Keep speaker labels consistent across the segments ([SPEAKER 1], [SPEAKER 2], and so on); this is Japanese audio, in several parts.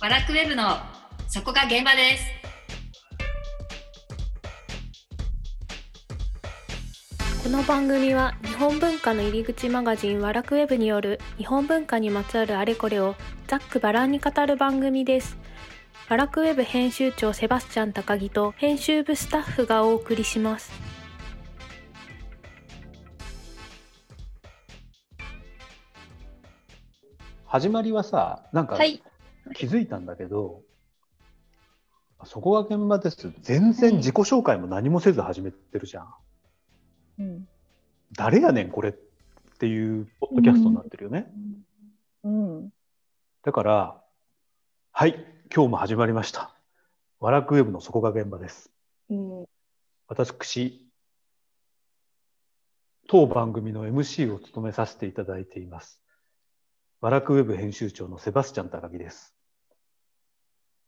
[SPEAKER 1] バラックウェブのそこが現場です。
[SPEAKER 2] この番組は日本文化の入り口マガジンワラクウェブによる日本文化にまつわるあれこれをざっくばらんに語る番組です。ワラクウェブ編集長セバスチャン高木と編集部スタッフがお送りします。
[SPEAKER 3] 始まりはさ、なんか
[SPEAKER 1] はい。
[SPEAKER 3] 気づいたんだけど、そこが現場ですよ。全然自己紹介も何もせず始めてるじゃん。
[SPEAKER 4] うん
[SPEAKER 3] 誰やねん、これっていうポッドキャストになってるよね。
[SPEAKER 4] うん、
[SPEAKER 3] だから、はい、今日も始まりました。ワラクウェブのそこが現場です。
[SPEAKER 4] うん、
[SPEAKER 3] 私、当番組の MC を務めさせていただいています。ワラクウェブ編集長のセバスチャン高木です。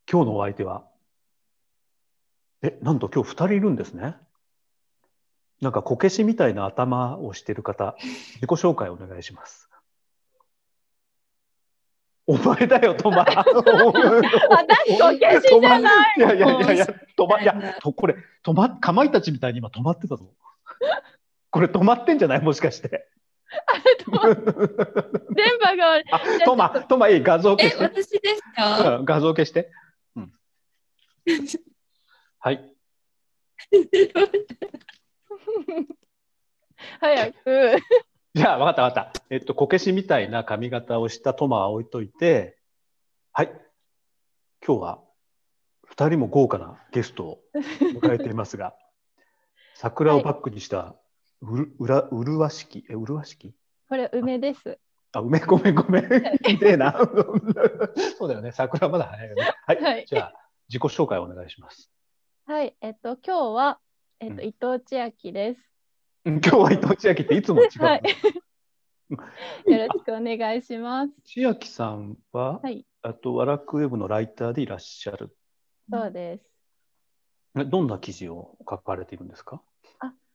[SPEAKER 3] 今日のお相手は、え、なんと今日2人いるんですね。なんかこけしみたいな頭をしている方、自己紹介お願いします。お前だよ、トマ。
[SPEAKER 4] 私こけしじゃない
[SPEAKER 3] いやいやいやいや、止ま、いや、と、これ、止ま、かまいたちみたいに今止まってたぞ。これ止まってんじゃないもしかして。
[SPEAKER 4] 電波が悪い
[SPEAKER 3] あ、トマ、トマいい、画像消
[SPEAKER 1] え
[SPEAKER 3] し、て。
[SPEAKER 1] 私ですか。
[SPEAKER 3] うん 画像消して。うんはい。
[SPEAKER 4] 早く
[SPEAKER 3] じゃあ、わかったわかった。えっと、こけしみたいな髪型をしたトマは置いといて、はい。今日は、二人も豪華なゲストを迎えていますが、桜をバックにした、うる、うら、うるわしき、え、うるわしき
[SPEAKER 4] これ梅です
[SPEAKER 3] あ、ごめん、ごめん、ごめん。 ひでえな。そうだよね。桜まだ早いよね。はい。
[SPEAKER 4] はい
[SPEAKER 3] じゃあ、自己紹介お願いします。
[SPEAKER 4] はいえっと今日はえっと、
[SPEAKER 3] うん
[SPEAKER 4] 伊藤千秋です
[SPEAKER 3] うん今日は伊藤千秋っていつも違う。
[SPEAKER 4] はいよろしくお願いします
[SPEAKER 3] 千秋さんは、
[SPEAKER 4] はい
[SPEAKER 3] あと、ワラクウェブのライターでいらっしゃる。
[SPEAKER 4] そうです
[SPEAKER 3] えどんな記事を書かれているんですか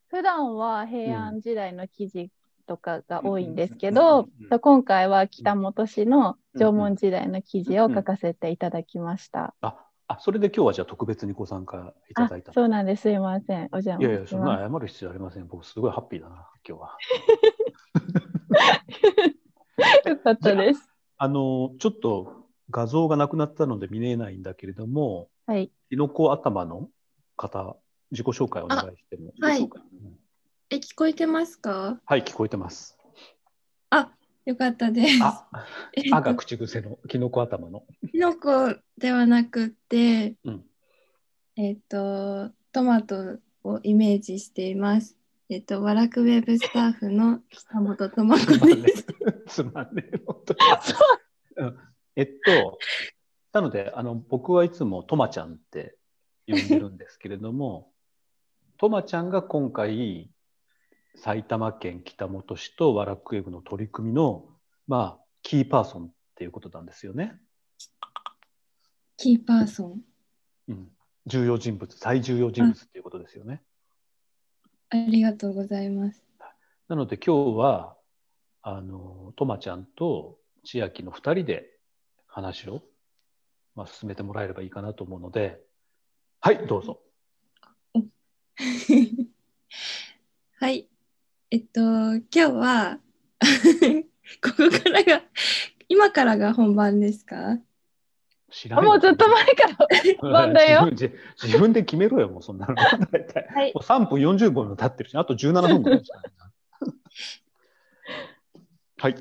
[SPEAKER 4] 普段は平安時代の記事とかが多いんですけ
[SPEAKER 3] う
[SPEAKER 4] ど
[SPEAKER 3] んうんうんうん、
[SPEAKER 4] と今回は北本市の縄文時代の記事を書かせていただきました。
[SPEAKER 3] あ、あ、それで今日はじゃあ特別にご参加いた
[SPEAKER 4] あ
[SPEAKER 3] だいた、
[SPEAKER 4] そうなんです。すいません。お邪
[SPEAKER 3] いやいや、
[SPEAKER 4] 魔し
[SPEAKER 3] そんな
[SPEAKER 4] ます。
[SPEAKER 3] 謝る必要ありません。僕、すごいハッピーだな、今日は。
[SPEAKER 4] よかったです。
[SPEAKER 3] あの、ちょっと画像がなくなったので見えないんだけれども、
[SPEAKER 4] はい。
[SPEAKER 3] キノコ頭の方、自己紹介お願いしても。
[SPEAKER 5] あはい
[SPEAKER 3] 自己紹介うん
[SPEAKER 5] え、聞こえてますか
[SPEAKER 3] はい、聞こえてます。
[SPEAKER 5] よかったです。
[SPEAKER 3] あ、
[SPEAKER 5] えっと
[SPEAKER 3] あが口癖のキノコ頭の。
[SPEAKER 5] キノコではなくて、
[SPEAKER 3] うん。
[SPEAKER 5] えっ、と、トマトをイメージしています。えっ、と、ワラクウェブスタッフの北本智
[SPEAKER 3] つま
[SPEAKER 5] 子
[SPEAKER 3] んね
[SPEAKER 5] です。
[SPEAKER 3] え。つまんねえ。本当にうんえっと、なので、あの、僕はいつもトマちゃんって呼んでるんですけれども、 トマちゃんが今回、埼玉県北本市とワラクエブの取り組みの、まあ、キーパーソンっていうことなんですよね。
[SPEAKER 5] キーパーソン。
[SPEAKER 3] うん。重要人物、最重要人物っていうことですよね。
[SPEAKER 5] ありがとうございます。
[SPEAKER 3] なので今日は、あの、とまちゃんと千秋の2人で話を、まあ、進めてもらえればいいかなと思うので、はい、どうぞ。
[SPEAKER 5] はい。えっと、今日は、 ここからが、今からが本番ですか
[SPEAKER 3] 知ら
[SPEAKER 4] あ
[SPEAKER 3] ない
[SPEAKER 4] もうずっと前から。番だよ
[SPEAKER 3] 自分自自分で決めろよ、もうそんなの。大体
[SPEAKER 5] はい
[SPEAKER 3] もう3分40分も経ってるし、あと17分ぐらいしかないな。はい、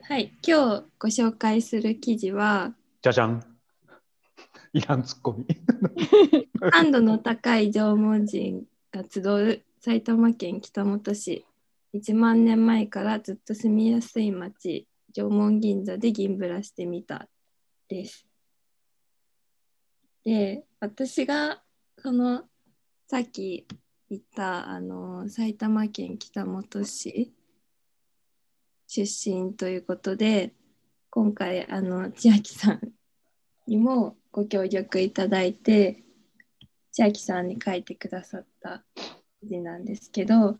[SPEAKER 5] はい。今日ご紹介する記事は、
[SPEAKER 3] じゃじゃん。いらんツッコミ。
[SPEAKER 5] 感度の高い縄文人が集う埼玉県北本市1万年前からずっと住みやすい町縄文銀座で銀ぶらしてみたです。で私がそのさっき言ったあの埼玉県北本市出身ということで今回あの千秋さんにもご協力いただいて千秋さんに書いてくださった記事なんですけど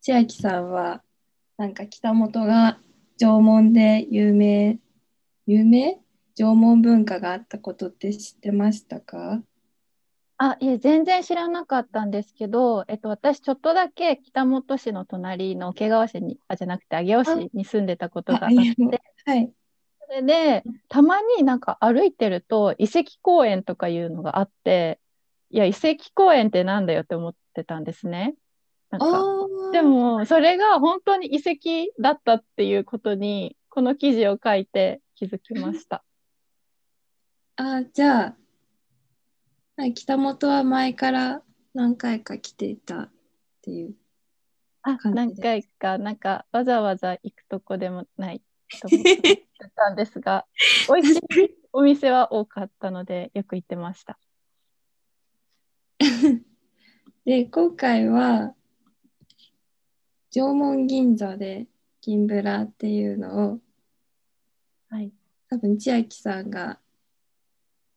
[SPEAKER 5] 千秋さんはなんか北本が縄文で有名有名縄文文化があったことって知ってましたか
[SPEAKER 4] あ、いえ、全然知らなかったんですけど、えっと、私、ちょっとだけ北本市の隣の桶川市に、あ、じゃなくて上尾市に住んでたことがあっ
[SPEAKER 5] あいやもう
[SPEAKER 4] て、
[SPEAKER 5] はい。
[SPEAKER 4] それで、たまになんか歩いてると、遺跡公園とかいうのがあって、いや、遺跡公園ってなんだよって思ってたんですね。なんか、
[SPEAKER 5] ー
[SPEAKER 4] で、も、それが本当に遺跡だったっていうことに、この記事を書いて気づきました。
[SPEAKER 5] あじゃあ、はい、北本は前から何回か来ていたっていう。
[SPEAKER 4] あ、
[SPEAKER 5] 感じ
[SPEAKER 4] 何
[SPEAKER 5] です
[SPEAKER 4] 回か、なんか、わざわざ行くとこでもないと思って行ったんですが、美味しいお店は多かったので、よく行ってました。
[SPEAKER 5] で今回は縄文銀座で銀ブラっていうのを
[SPEAKER 4] はい。
[SPEAKER 5] 多分千秋さんが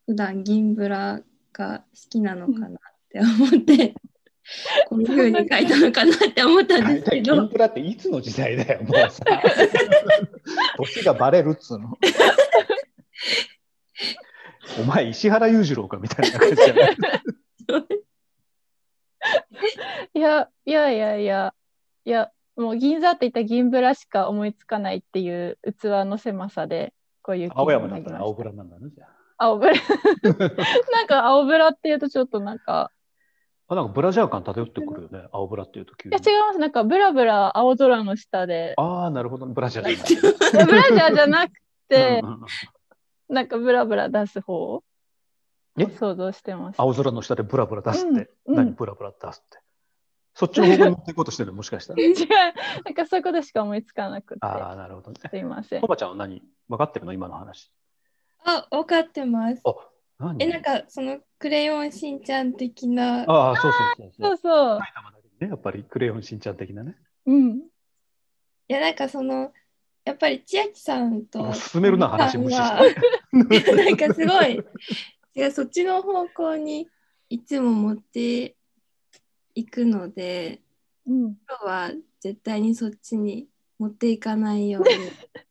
[SPEAKER 5] 普段銀ブラが好きなのかなって思って、 こういうふうに書いたのかなって思ったん
[SPEAKER 3] 大
[SPEAKER 5] ですけ
[SPEAKER 3] 体銀
[SPEAKER 5] ど
[SPEAKER 3] プラっていつの時代だよ、もうさ。年がバレるっつうの。お前、石原裕次郎かみたいな感じじゃない
[SPEAKER 4] いや、いやいやいや、いや、もう銀座って言ったら銀ブラしか思いつかないっていう器の狭さで、こういう記事を
[SPEAKER 3] 青山なん
[SPEAKER 4] 書き
[SPEAKER 3] だ
[SPEAKER 4] ま
[SPEAKER 3] ね、
[SPEAKER 4] した
[SPEAKER 3] 青ブラなんだね、じゃ
[SPEAKER 4] 青ブラ。 なんか青ブラっていうとちょっとなんか、
[SPEAKER 3] あ。なんかブラジャー感漂ってくるよね、青ブラっていうと急
[SPEAKER 4] いや
[SPEAKER 3] に
[SPEAKER 4] 違い。ます。なんかブラブラ青空の下 で、
[SPEAKER 3] ああ、なるほど、ブラジャーじゃない。
[SPEAKER 4] いやブラジャーじゃなくて
[SPEAKER 3] う、んうんうん
[SPEAKER 4] なんかブラブラ出す方を
[SPEAKER 3] え
[SPEAKER 4] 想像してました。
[SPEAKER 3] 青空の下でブラブラ出すって、
[SPEAKER 4] うんうん
[SPEAKER 3] 何ブラブラ出すって。そっちの方向に持っていこうとしてるの、もしかしたら。
[SPEAKER 4] 違う、なんかそういうことしか思いつかなくて、
[SPEAKER 3] ああ、なるほどね。
[SPEAKER 4] すいま せん
[SPEAKER 3] と。ばちゃんは何分かってるの今の話。
[SPEAKER 5] あ分かってます
[SPEAKER 3] あ何
[SPEAKER 5] えなんかその「クレヨンしんちゃん」的な
[SPEAKER 3] ああ、そうそうそう
[SPEAKER 4] そ
[SPEAKER 3] そうう。
[SPEAKER 4] そう、
[SPEAKER 3] 埼玉だけにね、やっぱりクレヨンしんちゃん的なね。
[SPEAKER 4] うん。
[SPEAKER 5] いやなんかそのやっぱり千秋さんと
[SPEAKER 3] 進めるな、話無視して。
[SPEAKER 5] なんかすごい。いやそっちの方向にいつも持っていくので
[SPEAKER 4] うん、
[SPEAKER 5] 今日は絶対にそっちに持っていかないように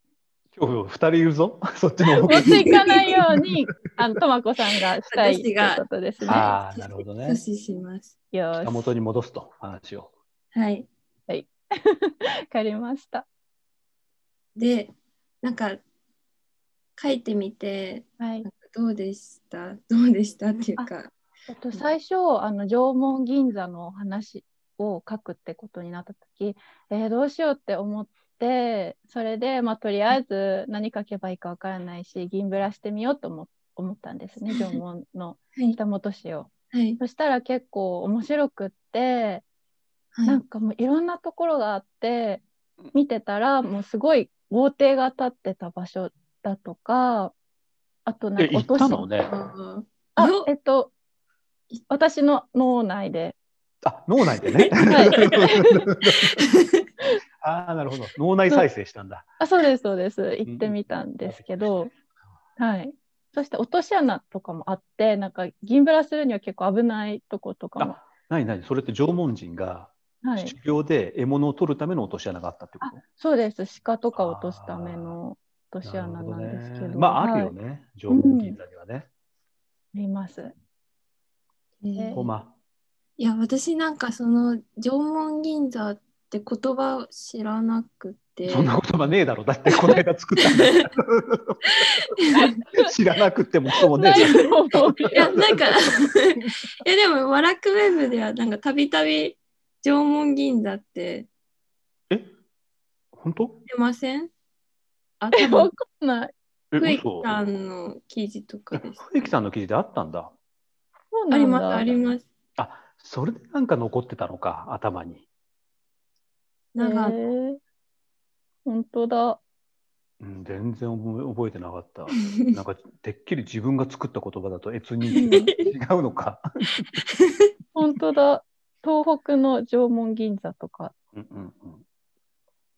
[SPEAKER 3] 今日二人いるぞ、そっちの方
[SPEAKER 4] 持
[SPEAKER 3] 向
[SPEAKER 4] っ
[SPEAKER 3] に。
[SPEAKER 4] ていかないように、あの、とまこさんがしたいって
[SPEAKER 5] 私
[SPEAKER 4] いう
[SPEAKER 5] が
[SPEAKER 4] こと ですね。
[SPEAKER 3] ああ、なるほど
[SPEAKER 5] 阻
[SPEAKER 3] ね。
[SPEAKER 5] 止します。
[SPEAKER 4] よ
[SPEAKER 3] 北
[SPEAKER 4] し、
[SPEAKER 3] 元に戻すと話を。
[SPEAKER 5] はい、
[SPEAKER 4] わかりました。
[SPEAKER 5] でなんか書いてみて
[SPEAKER 4] はい
[SPEAKER 5] なん。かどうでしたどうでしたっていうか
[SPEAKER 4] えっと、最初あの縄文銀座の話を書くってことになった時、えーどうしようって思ってそれで、まあ、とりあえず何書けばいいかわからないし銀ブラしてみようと思思ったんで すね縄文の
[SPEAKER 5] はい
[SPEAKER 4] 北本市を。
[SPEAKER 5] はい
[SPEAKER 4] そしたら結構面白くって
[SPEAKER 5] は
[SPEAKER 4] ないんかもういろんなところがあって見てたらもうすごい豪邸が建ってた場所だとかあとなん
[SPEAKER 3] え、
[SPEAKER 4] か
[SPEAKER 3] 行
[SPEAKER 4] 落と
[SPEAKER 3] っ
[SPEAKER 4] した
[SPEAKER 3] のね。
[SPEAKER 5] あ
[SPEAKER 4] あ
[SPEAKER 5] よ
[SPEAKER 4] えっと私の脳内で
[SPEAKER 3] あ、脳内で ね。 ああ、なるほど。脳内再生したんだ。
[SPEAKER 4] あ、そうです、そうです。行ってみたんですけど、はい。そして落とし穴とかもあって、なんか銀ブラするには結構危ないとことかも。
[SPEAKER 3] あ、なになに、それって縄文人が
[SPEAKER 4] はい
[SPEAKER 3] 修。行で獲物を取るための落とし穴があったってこと。
[SPEAKER 4] そうです。鹿とか落とすための落とし穴なんです
[SPEAKER 3] なるほ
[SPEAKER 4] けど。
[SPEAKER 3] ねまあ、あるよ
[SPEAKER 4] はい
[SPEAKER 3] ね、縄文銀座にはね。
[SPEAKER 4] あります。
[SPEAKER 5] えー
[SPEAKER 3] ほんま
[SPEAKER 5] いや私なんかその縄文銀座って言葉を知らなくて
[SPEAKER 3] そんな言葉ねえだろ、だってこの間作ったんだから知らなくてもそうもねえじゃん。
[SPEAKER 4] ないと思う
[SPEAKER 5] いや、なんか 、いや、でも、ワラクウェブでは、なんか、たびたび、縄文銀座って
[SPEAKER 3] え本当
[SPEAKER 5] 出ませんあ、
[SPEAKER 4] えわかんない。
[SPEAKER 3] え、
[SPEAKER 5] クイ
[SPEAKER 3] 嘘
[SPEAKER 5] さんの記事とかです。
[SPEAKER 3] 植木さんの記事であったんだ。
[SPEAKER 4] そう
[SPEAKER 5] あ
[SPEAKER 4] な
[SPEAKER 5] り
[SPEAKER 4] ん
[SPEAKER 5] ます、
[SPEAKER 4] だ
[SPEAKER 5] あります。
[SPEAKER 3] あそれでなんか残ってたのか、頭に。
[SPEAKER 5] なんか、
[SPEAKER 4] へー本当だ。
[SPEAKER 3] うん、全然覚え覚えてなかった。なんか、てっきり自分が作った言葉だと、越に違うのか。
[SPEAKER 4] 本当だ。 東北の縄文銀座とか。
[SPEAKER 3] うんうんうん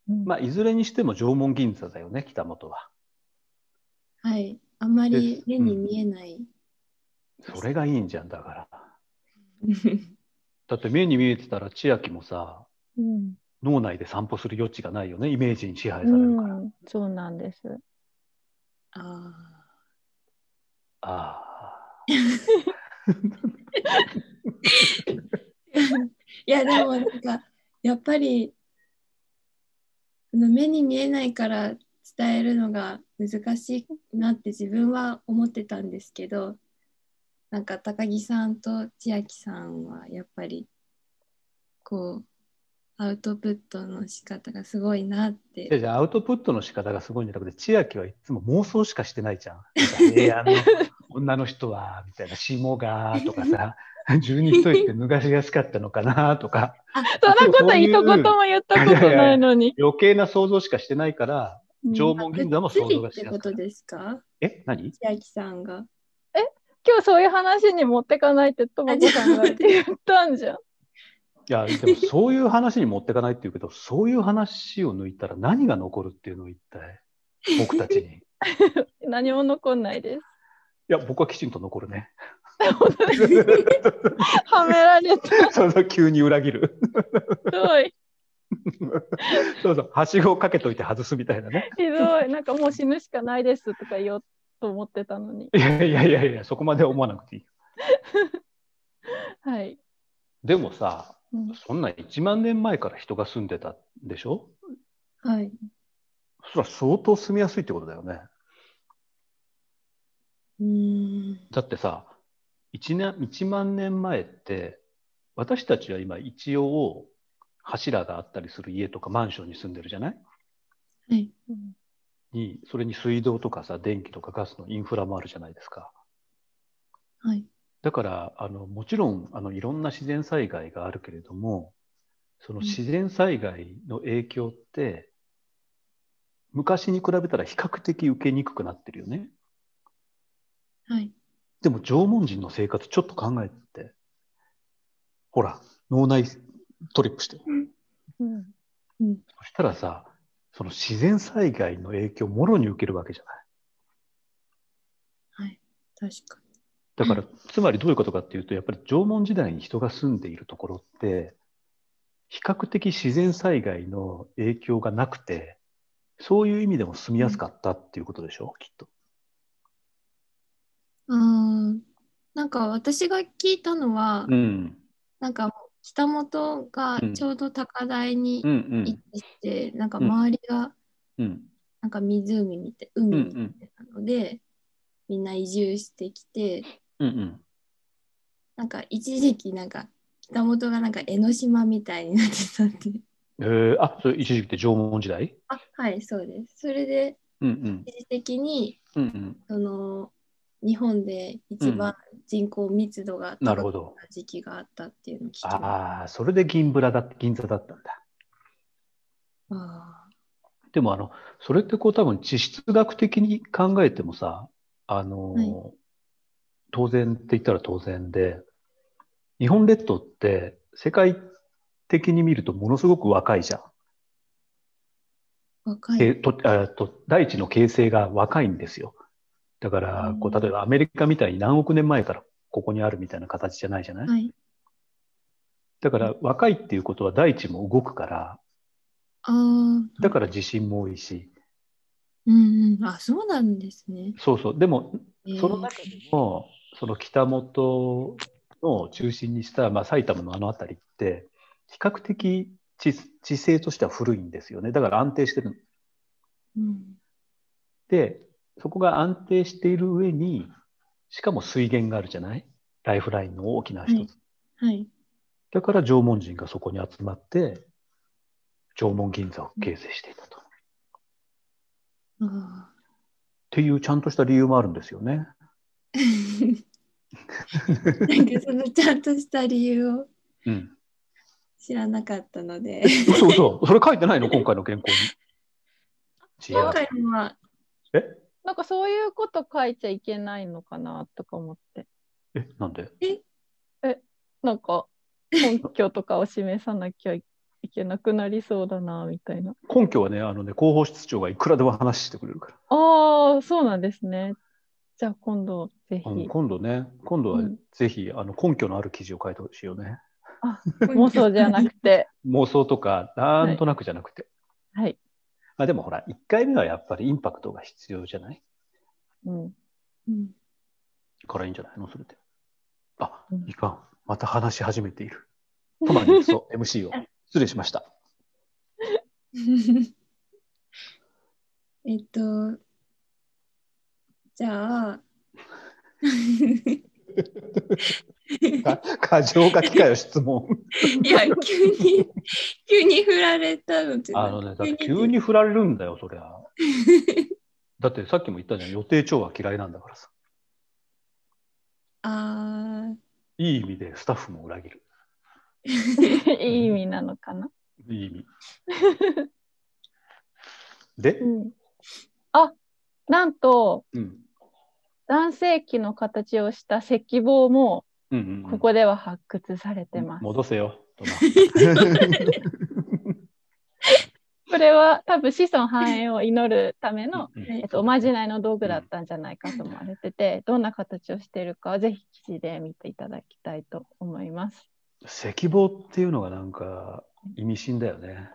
[SPEAKER 4] うん
[SPEAKER 3] まあ、いずれにしても縄文銀座だよね、北本は。
[SPEAKER 5] はい。あま
[SPEAKER 3] で
[SPEAKER 5] り
[SPEAKER 3] す
[SPEAKER 5] 目に見えない。
[SPEAKER 3] それがいいんじゃんだから。だって目に見えてたら千秋もさ、
[SPEAKER 4] うん
[SPEAKER 3] 脳内で散歩する余地がないよね、イメージに支配
[SPEAKER 4] う
[SPEAKER 3] されるから。
[SPEAKER 4] ん、そうなんです。
[SPEAKER 5] あ
[SPEAKER 3] あ
[SPEAKER 5] ーいやでもなんかやっぱりあの目に見えないから伝えるのが難しいなって自分は思ってたんですけどなんか高木さんと千秋さんはやっぱりこうアウトプットの仕方がすごいなっ
[SPEAKER 3] あ。
[SPEAKER 5] て
[SPEAKER 3] じゃあアウトプットの仕方がすごいんじゃなくて、千秋はいつも妄想しかしてない じゃん。なんかえーあの女の人はみたいな霜がとかさ、 十二人って脱がしやすかったのかなとか、
[SPEAKER 4] そんなこと一言も言ったことないのに。
[SPEAKER 3] 余計な想像しかしてないから、
[SPEAKER 4] うん
[SPEAKER 3] 縄
[SPEAKER 4] 今
[SPEAKER 3] 文銀座も想像がし
[SPEAKER 5] っ
[SPEAKER 3] や
[SPEAKER 5] てこ
[SPEAKER 3] す
[SPEAKER 5] と
[SPEAKER 3] かった。
[SPEAKER 5] ですか
[SPEAKER 3] え、何？
[SPEAKER 5] 千秋さんが。
[SPEAKER 4] 日そういう話に持ってかないってともこさんが言ったんじゃん。
[SPEAKER 3] いや、でもそういう話に持ってかないっていうけど、そういう話を抜いたら何が残るっていうのを一体、僕たちに。い
[SPEAKER 4] 何も残んないです。
[SPEAKER 3] や、僕はきちんと残る ね。
[SPEAKER 4] はめられた。
[SPEAKER 3] そうそう、急に裏切る。
[SPEAKER 4] ひどい。
[SPEAKER 3] そうそう、はしごをかけといて外すみたいなね。
[SPEAKER 4] ひどい。なんかもう死ぬしかないですとか言おうと思ってたのに。
[SPEAKER 3] いやいやいやいや、そこまで思わなくていい。
[SPEAKER 4] はい。
[SPEAKER 3] でもさ、
[SPEAKER 4] うん
[SPEAKER 3] そんな1万年前から人が住んでたんでしょ
[SPEAKER 5] はい。
[SPEAKER 3] それは相当住みやすいってことだよね。
[SPEAKER 5] うーん。
[SPEAKER 3] だってさ、1, 年1万年前って、私たちは今一応柱があったりする家とかマンションに住んでるじゃない
[SPEAKER 5] はい。
[SPEAKER 4] うん
[SPEAKER 3] に、それに水道とかさ、電気とかガスのインフラもあるじゃないですか。
[SPEAKER 5] はい。
[SPEAKER 3] だから、あの、もちろん、あの、いろんな自然災害があるけれども、その自然災害の影響って、昔に比べたら比較的受けにくくなってるよね。
[SPEAKER 5] はい。
[SPEAKER 3] でも縄文人の生活ちょっと考えてて。ほら、脳内トリップして。
[SPEAKER 4] うん
[SPEAKER 5] うん。
[SPEAKER 3] そしたらさ、その自然災害の影響をもろに受けるわけじゃない。
[SPEAKER 5] はい。確か
[SPEAKER 3] だから、つまりどういうことかっていうと、やっぱり縄文時代に人が住んでいるところって、比較的自然災害の影響がなくて、そういう意味でも住みやすかったっていうことでしょ、きっと。
[SPEAKER 5] に。あーなんか私が聞いたのは、
[SPEAKER 3] ん。
[SPEAKER 5] なんか北本が
[SPEAKER 3] うん
[SPEAKER 5] ちょうど高台に
[SPEAKER 3] ん
[SPEAKER 5] 位置して、なんか
[SPEAKER 3] うん
[SPEAKER 5] 周りが
[SPEAKER 3] うん。うん。
[SPEAKER 5] なんか湖みたい海みたいなので、みんな移住してきて、
[SPEAKER 3] うんうん。
[SPEAKER 5] なんか一時期なんか北本がなんか江ノ島みたいになってたって。
[SPEAKER 3] えー、あ、それ一時期って縄文時代
[SPEAKER 5] あ、はい、そうです。それで
[SPEAKER 3] うんうん。
[SPEAKER 5] 一時的に
[SPEAKER 3] うんうん。
[SPEAKER 5] その日本で一番人口密度が
[SPEAKER 3] なるほ
[SPEAKER 5] 高かっ
[SPEAKER 3] ど。
[SPEAKER 5] た時期があったっていうのを聞きました。
[SPEAKER 3] ああ、それで銀ブラだ銀座だったんだ。
[SPEAKER 5] あ
[SPEAKER 3] でもあの、それってこう多分地質学的に考えてもさ、あのー、
[SPEAKER 5] はい
[SPEAKER 3] 当然って言ったら当然で、日本列島って世界的に見るとものすごく若いじゃん。
[SPEAKER 5] ー若い。
[SPEAKER 3] けとあと大地の形成が若いんですよ。だから、こ
[SPEAKER 5] う
[SPEAKER 3] う、例えばアメリカみたいに何億年前からここにあるみたいな形じゃないじゃない
[SPEAKER 5] はい。
[SPEAKER 3] だから若いっていうことは大地も動くから、
[SPEAKER 5] ああ、
[SPEAKER 3] だから地震も多いし、
[SPEAKER 5] うんうん。あ、そうなんですね。
[SPEAKER 3] そうそう。でも、
[SPEAKER 5] えー
[SPEAKER 3] その中でも、その北本を中心にした、まあ、埼玉のあの辺りって、比較的地地勢としては古いんですよね。だから安定してるの。
[SPEAKER 5] うん。
[SPEAKER 3] で、そこが安定している上に、しかも水源があるじゃないライフラインの大きな一つ。
[SPEAKER 5] はいはい。
[SPEAKER 3] だから縄文人がそこに集まって、縄文銀座を形成していたと。っ
[SPEAKER 5] あ
[SPEAKER 3] ていうちゃんとした理由もあるんですよね。
[SPEAKER 5] あ。なんかそのちゃんとした理由を
[SPEAKER 3] うん。
[SPEAKER 5] 知らなかったので、
[SPEAKER 3] そうそう。それ書いてないの今回の原稿に。違
[SPEAKER 5] 今
[SPEAKER 3] う。
[SPEAKER 5] 回のは、
[SPEAKER 3] え
[SPEAKER 4] なんかそういうこと書いちゃいけないのかなとか思って。
[SPEAKER 3] え、なんで
[SPEAKER 4] なんか根拠とかを示さなきゃいけなくなりそうだなみたいな。
[SPEAKER 3] 根拠はね、あのね、広報室長がいくらでも話してくれるか
[SPEAKER 4] ああ、そうなんですね。じゃあ今度ぜ
[SPEAKER 3] ら。うん
[SPEAKER 4] ひ。
[SPEAKER 3] 今度ね、今度は
[SPEAKER 4] うん
[SPEAKER 3] ぜひ、あの根拠のある記事を書いてほしいよね。
[SPEAKER 4] 妄想じゃなくて。
[SPEAKER 3] 妄想とか、なんとなくじゃなくて。
[SPEAKER 4] はい。
[SPEAKER 3] まあでもほら、1回目はやっぱりインパクトが必要じゃない
[SPEAKER 4] うん。
[SPEAKER 5] うん
[SPEAKER 3] からいいんじゃないのそれで。あ
[SPEAKER 4] うん、
[SPEAKER 3] いかん。また話し始めている。トマにそう、MC を。失礼しました。
[SPEAKER 5] えっと、じ ゃあ、
[SPEAKER 3] か過剰書きかよ、質問。
[SPEAKER 5] いや、急に、急に振られたのじゃな
[SPEAKER 3] あ
[SPEAKER 5] い
[SPEAKER 3] のね、だって急に振られるんだよ、そ りゃ。だってさっきも言ったじゃん、予定調和嫌いなんだからさ。
[SPEAKER 5] ああ、
[SPEAKER 3] いい意味でスタッフも裏切る。
[SPEAKER 4] いい意味なのかな。
[SPEAKER 3] いい意 味。で
[SPEAKER 4] う、ん。あ、なんと、
[SPEAKER 3] うん。
[SPEAKER 4] 男性器の形をした石棒も、
[SPEAKER 3] うんうんうん
[SPEAKER 4] ここでは発掘されてます。
[SPEAKER 3] 戻せよ、トマ。
[SPEAKER 4] これは多分子孫繁栄を祈るため の、
[SPEAKER 3] うん
[SPEAKER 4] えっと、おまじないの道具だったんじゃないかと思われてて、どんな形をしているかはぜひ記事で見ていただきたいと思います。
[SPEAKER 3] 赤棒っていうのがなんか意味深だよね。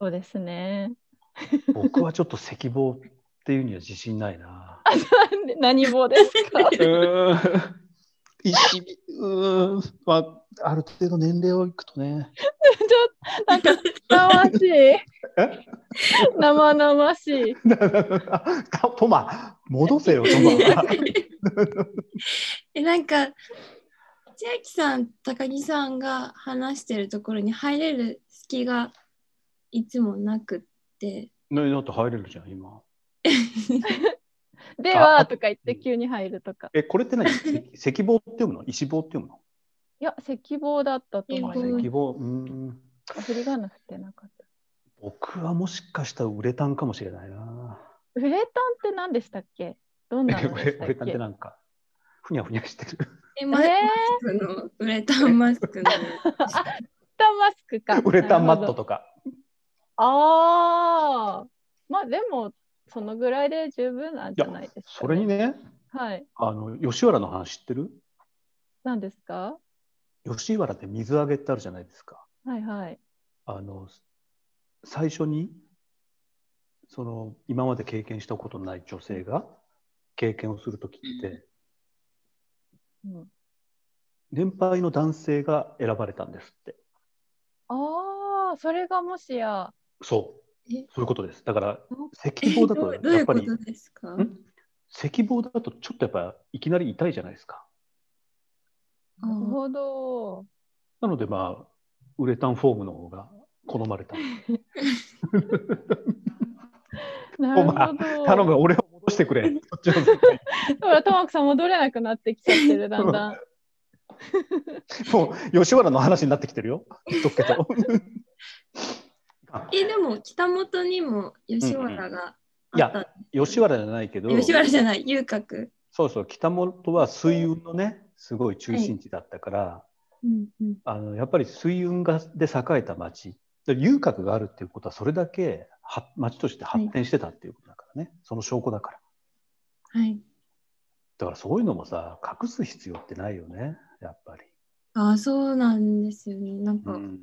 [SPEAKER 4] そうですね。
[SPEAKER 3] 僕はちょっと赤棒っていうには自信ない な。
[SPEAKER 4] 何棒ですか
[SPEAKER 3] うーん。一味うーん。まあ、ある程度年齢をいくとね。
[SPEAKER 4] なんか生々しい。生々しい。
[SPEAKER 3] トマ、戻せよ、トマ。
[SPEAKER 5] え、なんか、千秋さん、高木さんが話してるところに入れる隙がいつもなくって、
[SPEAKER 3] ね、だって入れるじゃん、今。
[SPEAKER 4] では
[SPEAKER 3] あ
[SPEAKER 4] とか言って急に入るとか。
[SPEAKER 3] え、これって何石石棒って読むの石棒って読むの
[SPEAKER 4] いや、石棒だったと思
[SPEAKER 5] 石
[SPEAKER 4] い
[SPEAKER 5] 棒
[SPEAKER 4] ま
[SPEAKER 3] 石棒。うーん。
[SPEAKER 4] す。振り仮名振ってなかった。
[SPEAKER 3] 僕はもしかしたらウレタンかもしれないな。
[SPEAKER 4] ウレタンって何でしたっけどんな
[SPEAKER 3] え ウ
[SPEAKER 4] ので
[SPEAKER 3] レ
[SPEAKER 4] し
[SPEAKER 3] ウ
[SPEAKER 4] たっ
[SPEAKER 3] レタンっ
[SPEAKER 4] け
[SPEAKER 3] てなんか、ふにゃふにゃしてる。
[SPEAKER 5] え、
[SPEAKER 4] え
[SPEAKER 5] マ
[SPEAKER 4] ー、
[SPEAKER 5] スクの、ウレタンマスクの。
[SPEAKER 4] タンマスク か。
[SPEAKER 3] ウレタンマット
[SPEAKER 4] か。
[SPEAKER 3] とか。
[SPEAKER 4] ああ。まあでも、そのぐらいで十分なんじゃないですか、
[SPEAKER 3] それに。ね、
[SPEAKER 4] はい。
[SPEAKER 3] あの吉原の話知ってる
[SPEAKER 4] 何ですか
[SPEAKER 3] 吉原って水揚げってあるじゃないですか。
[SPEAKER 4] はいはい。
[SPEAKER 3] あの最初にその今まで経験したことのない女性が経験をするときって
[SPEAKER 4] うん、
[SPEAKER 3] 年配の男性が選ばれたんですって
[SPEAKER 4] ああ、それがもしや。
[SPEAKER 3] そう
[SPEAKER 5] え
[SPEAKER 3] そういうことですだから赤
[SPEAKER 5] え
[SPEAKER 3] 棒だ
[SPEAKER 5] どう
[SPEAKER 3] と
[SPEAKER 5] どうい
[SPEAKER 3] やっ
[SPEAKER 5] う
[SPEAKER 3] ぱ
[SPEAKER 5] こ
[SPEAKER 3] り
[SPEAKER 5] とですか
[SPEAKER 3] ん赤棒だとちょっとやっぱいきなり痛いじゃないですか
[SPEAKER 5] あ
[SPEAKER 4] なる
[SPEAKER 5] ー
[SPEAKER 4] ほど。
[SPEAKER 3] なのでまあウレタンフォームの方が好まれた
[SPEAKER 4] なるほ
[SPEAKER 3] お
[SPEAKER 4] ど。
[SPEAKER 3] 頼む俺を戻してく れこっちの世界に
[SPEAKER 4] ほら、トマクさん戻れなくなってきちゃってる、だんだ ん。
[SPEAKER 3] もう吉原の話になってきてるよ。どっけ と。
[SPEAKER 5] え、でも、北本にも吉原が
[SPEAKER 3] い
[SPEAKER 5] あった
[SPEAKER 3] や、吉原じゃないけど、
[SPEAKER 5] 吉原じゃない、遊郭。
[SPEAKER 3] そうそう、北本は水運のね、すごい中心地だったから、
[SPEAKER 5] うんうん
[SPEAKER 3] あのやっぱり水運がで栄えた町、で遊郭があるっていうことは、それだけは町として発展してたっていうことだからね、その証拠だから。
[SPEAKER 5] はい。
[SPEAKER 3] だからそういうのもさ、隠す必要ってないよね、やっぱり。
[SPEAKER 5] ああ、そうなんですよね。なん
[SPEAKER 3] う
[SPEAKER 5] か、
[SPEAKER 3] ん、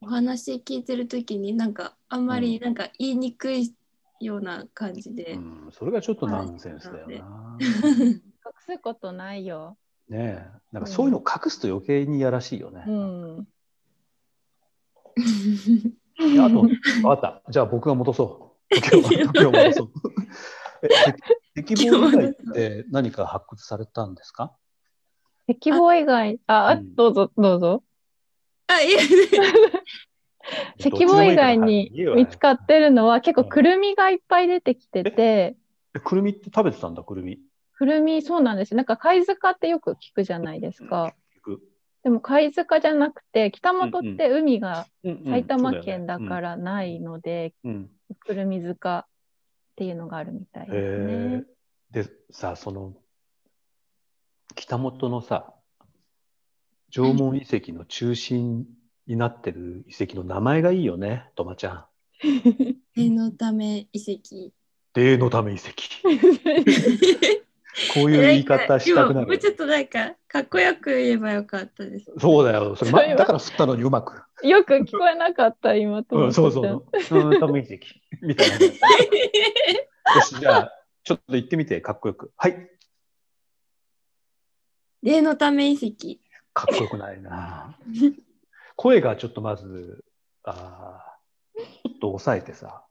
[SPEAKER 5] お話聞いてるときに、なんか、あんまり、なんか、言いにくいような感じ
[SPEAKER 3] う
[SPEAKER 5] で。
[SPEAKER 3] ん、それがちょっとナンセンスだよな。
[SPEAKER 4] 隠すことないよ。
[SPEAKER 3] ねえ、なんかそういうのを隠すと余計にやらしいよね。
[SPEAKER 4] うん。
[SPEAKER 3] いやあと、わかった。じゃあ僕が戻そう。時を時を戻そう。 え赤赤棒以外って何か発掘されたんですか
[SPEAKER 4] 赤棒以外、あ、あ
[SPEAKER 3] うん
[SPEAKER 4] どうぞ、どうぞ。
[SPEAKER 5] あ、いや、
[SPEAKER 4] 赤棒以外に見つかってるのは結構くるみがいっぱい出てきてて、
[SPEAKER 3] た。くるみって食べてたんだ、くるみ。。
[SPEAKER 4] くるみそうなんですよ。なんか貝塚ってよく聞くじゃないですか。でも貝塚じゃなくて、北本って海が埼玉県だかららないので、
[SPEAKER 3] うん
[SPEAKER 4] くるみ塚っていうのがあるみたい
[SPEAKER 3] へ
[SPEAKER 4] ですね。
[SPEAKER 3] えでさ、その、北本のさ、縄文遺跡の中心になってる遺跡の名前がいいよね、とまちゃん。
[SPEAKER 5] 念のため遺跡。
[SPEAKER 3] 例のため遺跡。こういう言い方したくな
[SPEAKER 5] 今もう
[SPEAKER 3] る
[SPEAKER 5] ち。ょっとなんか、かっこよく言えばよかっ たです。
[SPEAKER 3] そうだよ。それ、ま、
[SPEAKER 4] それは
[SPEAKER 3] だから振ったのにうまく。
[SPEAKER 4] よく聞こえなかった、今と
[SPEAKER 3] う
[SPEAKER 4] 思っ
[SPEAKER 3] ん、
[SPEAKER 4] てた。
[SPEAKER 3] そうそう。うん、多分遺跡。みたいな。よし、じゃあ、ちょっと言ってみて、かっこよく。はい。
[SPEAKER 5] 例のため遺跡。
[SPEAKER 3] かっこよくないな。声がちょっとまず、あーちょっと抑えてさ。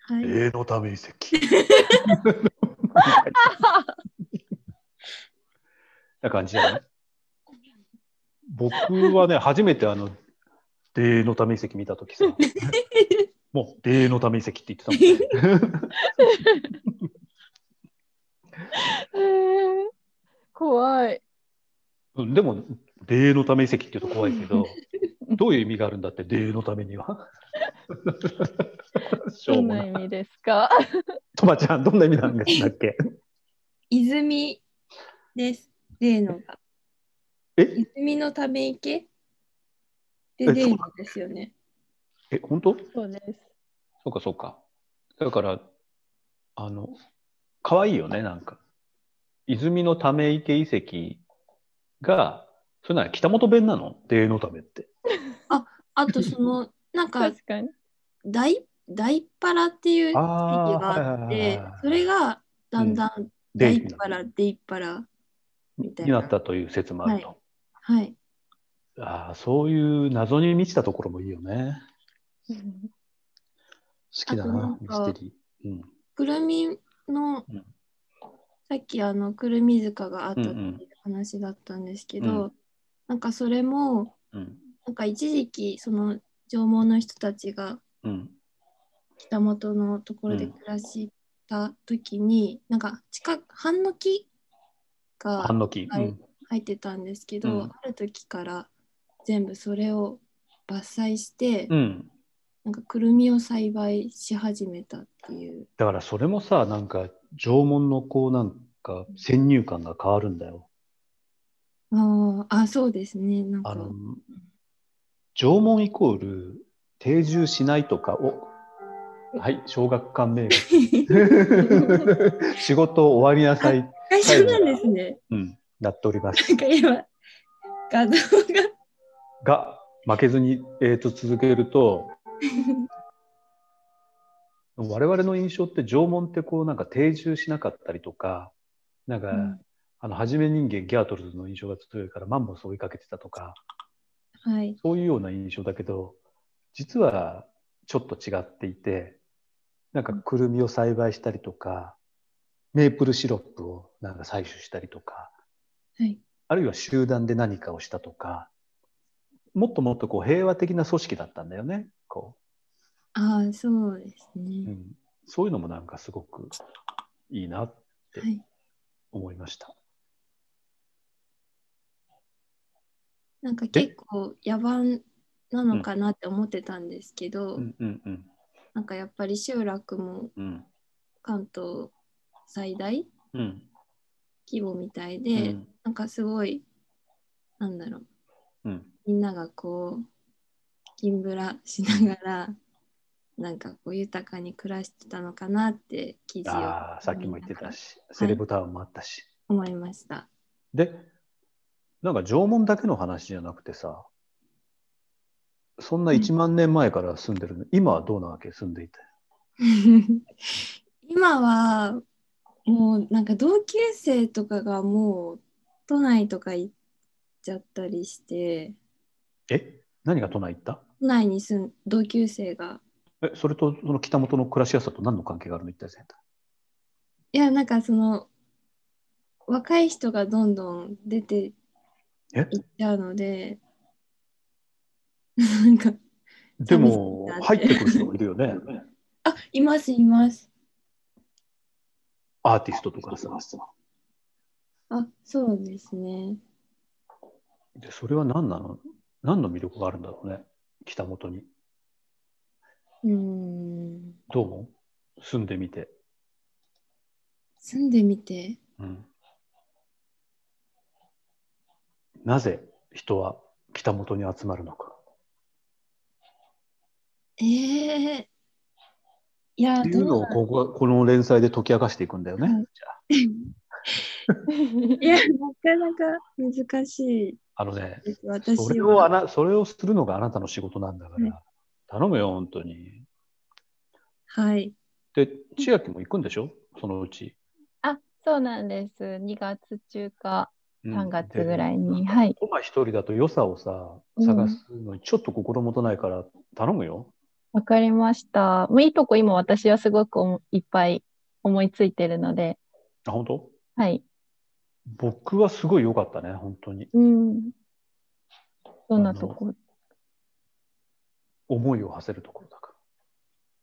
[SPEAKER 5] はい。
[SPEAKER 3] 例のため遺跡。 な感じだね。僕はね、初めてあの、例のため遺跡見たと きさ、もう、例のため遺跡って言ってたもんね。
[SPEAKER 4] えー 怖い。
[SPEAKER 3] うんでも、例のため遺跡って言うと怖いけ ど、どういう意味があるんだって、例のためには。 しょ
[SPEAKER 4] ど
[SPEAKER 3] うんも
[SPEAKER 4] な
[SPEAKER 3] ない
[SPEAKER 4] 意。味ですか
[SPEAKER 3] とまちゃん、どんな意味なんだっけ
[SPEAKER 5] 泉です。例のが。
[SPEAKER 3] え
[SPEAKER 5] 泉のため池
[SPEAKER 3] え
[SPEAKER 5] で、例のですよね。
[SPEAKER 3] え、本当
[SPEAKER 4] そうです。
[SPEAKER 3] そうか、そうか。だから、あの、可愛いよね、なんか。泉のため池遺跡が、それなら北本弁なの霊のためって。
[SPEAKER 5] あと、その、なんか、
[SPEAKER 4] 確かに。
[SPEAKER 5] 大、大パラっていう地域があっ
[SPEAKER 3] あーはいはいはい
[SPEAKER 5] て
[SPEAKER 3] はい、
[SPEAKER 5] それがだんだん
[SPEAKER 3] 霊
[SPEAKER 5] 大
[SPEAKER 3] に
[SPEAKER 5] パラ、デイパラ。みたいな
[SPEAKER 3] なったという説もあると。
[SPEAKER 5] はい。
[SPEAKER 3] ああ、そういう謎に満ちたところもいいよね。好きだな、
[SPEAKER 5] あ
[SPEAKER 3] ミ
[SPEAKER 5] となんか
[SPEAKER 3] ステリー。うん。
[SPEAKER 5] くるみの
[SPEAKER 3] うん、
[SPEAKER 5] さっきあの、くるみ塚があったって
[SPEAKER 3] うんう
[SPEAKER 5] い
[SPEAKER 3] ん
[SPEAKER 5] う話だったんですけ
[SPEAKER 3] う
[SPEAKER 5] ど、なんかそれも、
[SPEAKER 3] うん。
[SPEAKER 5] なんか一時期、その縄文の人たちが
[SPEAKER 3] うん。
[SPEAKER 5] 北本のところで暮らした時に、なんか近く半の木が
[SPEAKER 3] 半の木。う
[SPEAKER 5] はい
[SPEAKER 3] ん。
[SPEAKER 5] 入ってたんですけ
[SPEAKER 3] う
[SPEAKER 5] ど、
[SPEAKER 3] ん
[SPEAKER 5] ある時から全部それを伐採して、
[SPEAKER 3] うん。
[SPEAKER 5] なんかくるみを栽培し始めたっていう
[SPEAKER 3] だからそれもさ、なんか縄文のこうなんか先入観が変わるんだよ。
[SPEAKER 5] あーあそうですねなんか
[SPEAKER 3] あの、縄文イコール定住しないとかを、はい、小学館 名物。仕事終わりなさい、
[SPEAKER 5] 会社なんですね
[SPEAKER 3] うん、なっております。
[SPEAKER 5] なんか今画像が
[SPEAKER 3] が、負けずに、えー、と続けると、我々の印象って縄文ってこうなんか定住しなかったりとか、なんか、
[SPEAKER 5] うん
[SPEAKER 3] あの、はじめ人間ギャートルズの印象が強いからマンモス追いかけてたとか、
[SPEAKER 5] はい
[SPEAKER 3] そういうような印象だけど、実はちょっと違っていて、なんかくるみを栽培したりとか、メープルシロップをなんか採取したりとか、
[SPEAKER 5] はい
[SPEAKER 3] あるいは集団で何かをしたとか、もっともっとこう平和的な組織だったんだよね。こ
[SPEAKER 5] ああそうです
[SPEAKER 3] うう
[SPEAKER 5] ね、
[SPEAKER 3] ん、そういうのもなんかすごくいいなと
[SPEAKER 5] はい
[SPEAKER 3] 思いました。
[SPEAKER 5] なんか結構野蛮なのかなって思ってたんですけど、
[SPEAKER 3] うんうんうん
[SPEAKER 5] なんかやっぱり集落も
[SPEAKER 3] うん
[SPEAKER 5] 関東最大
[SPEAKER 3] うん
[SPEAKER 5] 規模みたいうで、
[SPEAKER 3] ん
[SPEAKER 5] なんかすごいなんだろう
[SPEAKER 3] うん
[SPEAKER 5] みんながこう銀ブラしながらなんかこう豊かに暮らしてたのかなって記事を
[SPEAKER 3] ああ、さっきも言ってたし、セレブタウンもあったし。
[SPEAKER 5] 思いました。
[SPEAKER 3] で、なんか縄文だけの話じゃなくてさ、そんな1万年前から住んでるの、今はどうなわけ住んでいて。
[SPEAKER 5] 今はもうなんか同級生とかがもう都内とか行っちゃったりして
[SPEAKER 3] え何が都内行った
[SPEAKER 5] 都内に住ん同級生が
[SPEAKER 3] え、それとその北本の暮らしやすさと何の関係があるの一体全体。
[SPEAKER 5] いやなんかその若い人がどんどん出て
[SPEAKER 3] え
[SPEAKER 5] いっちゃうので なんか
[SPEAKER 3] でも、
[SPEAKER 5] 寂
[SPEAKER 3] 入っ
[SPEAKER 5] しいなって
[SPEAKER 3] てくる人もいるよ ね。
[SPEAKER 5] あいますいます
[SPEAKER 3] アーティストとかさ。
[SPEAKER 5] あそうですね
[SPEAKER 3] で、それは何なの何の魅力があるんだろうね。北本に。
[SPEAKER 5] うーん
[SPEAKER 3] どうも住んでみて。
[SPEAKER 5] 住んでみて
[SPEAKER 3] うんなぜ人は北本に集まるのか。
[SPEAKER 5] えー、いや
[SPEAKER 3] っていうの
[SPEAKER 5] ど
[SPEAKER 3] を
[SPEAKER 5] う
[SPEAKER 3] ここはこの連載で解き明かしていくんだよね。
[SPEAKER 5] はい
[SPEAKER 3] じゃあ
[SPEAKER 5] いやなかなか難し
[SPEAKER 3] あのね
[SPEAKER 5] い、です私
[SPEAKER 3] それをあ
[SPEAKER 5] は
[SPEAKER 3] なそれをするのがあなたの仕事なんだから、
[SPEAKER 5] うん
[SPEAKER 3] 頼むよ、本当に。
[SPEAKER 5] はい
[SPEAKER 3] で、千秋も行くんでしょそのうち。
[SPEAKER 4] あ、そうなんです。2月中か
[SPEAKER 3] うん
[SPEAKER 4] 3月ぐらいに。
[SPEAKER 3] で
[SPEAKER 4] はい。
[SPEAKER 3] トマ一人だと良さをさ、
[SPEAKER 4] うん
[SPEAKER 3] 探すのにちょっと心もとないから頼むよ。
[SPEAKER 4] わかりました。もういいとこ今私はすごくおいっぱい思いついてるので、
[SPEAKER 3] あ、本当
[SPEAKER 4] はい。
[SPEAKER 3] 僕はすごい良かったね、本当に。
[SPEAKER 4] うん。どんなとこ
[SPEAKER 3] 思いを馳せるところだか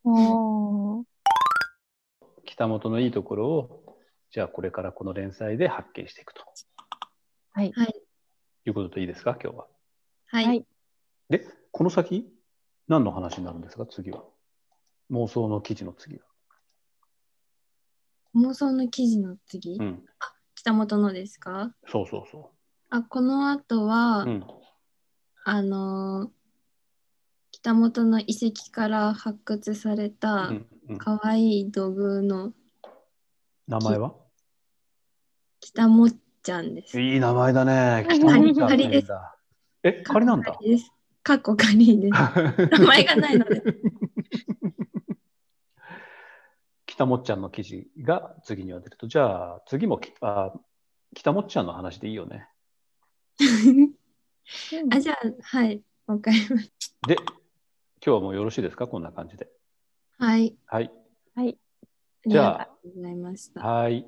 [SPEAKER 3] ら。
[SPEAKER 4] おー
[SPEAKER 3] 北本のいいところを、じゃあこれからこの連載で発見していくと
[SPEAKER 4] はい。
[SPEAKER 3] いうことでいいですか、今日は。
[SPEAKER 5] はい。
[SPEAKER 4] はい
[SPEAKER 3] で、この先、何の話になるんですか、次は。妄想の記事の次は。
[SPEAKER 5] 妄想の記事の次、
[SPEAKER 3] うん、
[SPEAKER 5] 北本のですか
[SPEAKER 3] そうそうそ
[SPEAKER 5] あこの後は、
[SPEAKER 3] う。うん、
[SPEAKER 5] あのー北本の遺跡から発掘された
[SPEAKER 3] うんうん
[SPEAKER 5] 可愛い土偶の
[SPEAKER 3] 名前は
[SPEAKER 5] 北もっちゃんです。
[SPEAKER 3] いい名前だね。 北本ちゃんって言うんだ。え、仮なんだ。
[SPEAKER 5] です。かっこ仮です。名前がないの で。
[SPEAKER 3] 北もっちゃんの記事が次には出ると、じゃあ次もきあ北もっちゃんの話でいいよね。
[SPEAKER 5] あじゃあはいわかりまし
[SPEAKER 3] で、今日はもうよろしいですかこんな感じで。
[SPEAKER 5] た。はい。
[SPEAKER 3] はい。
[SPEAKER 5] あり
[SPEAKER 3] じゃあ
[SPEAKER 5] がとうございました。
[SPEAKER 3] はい。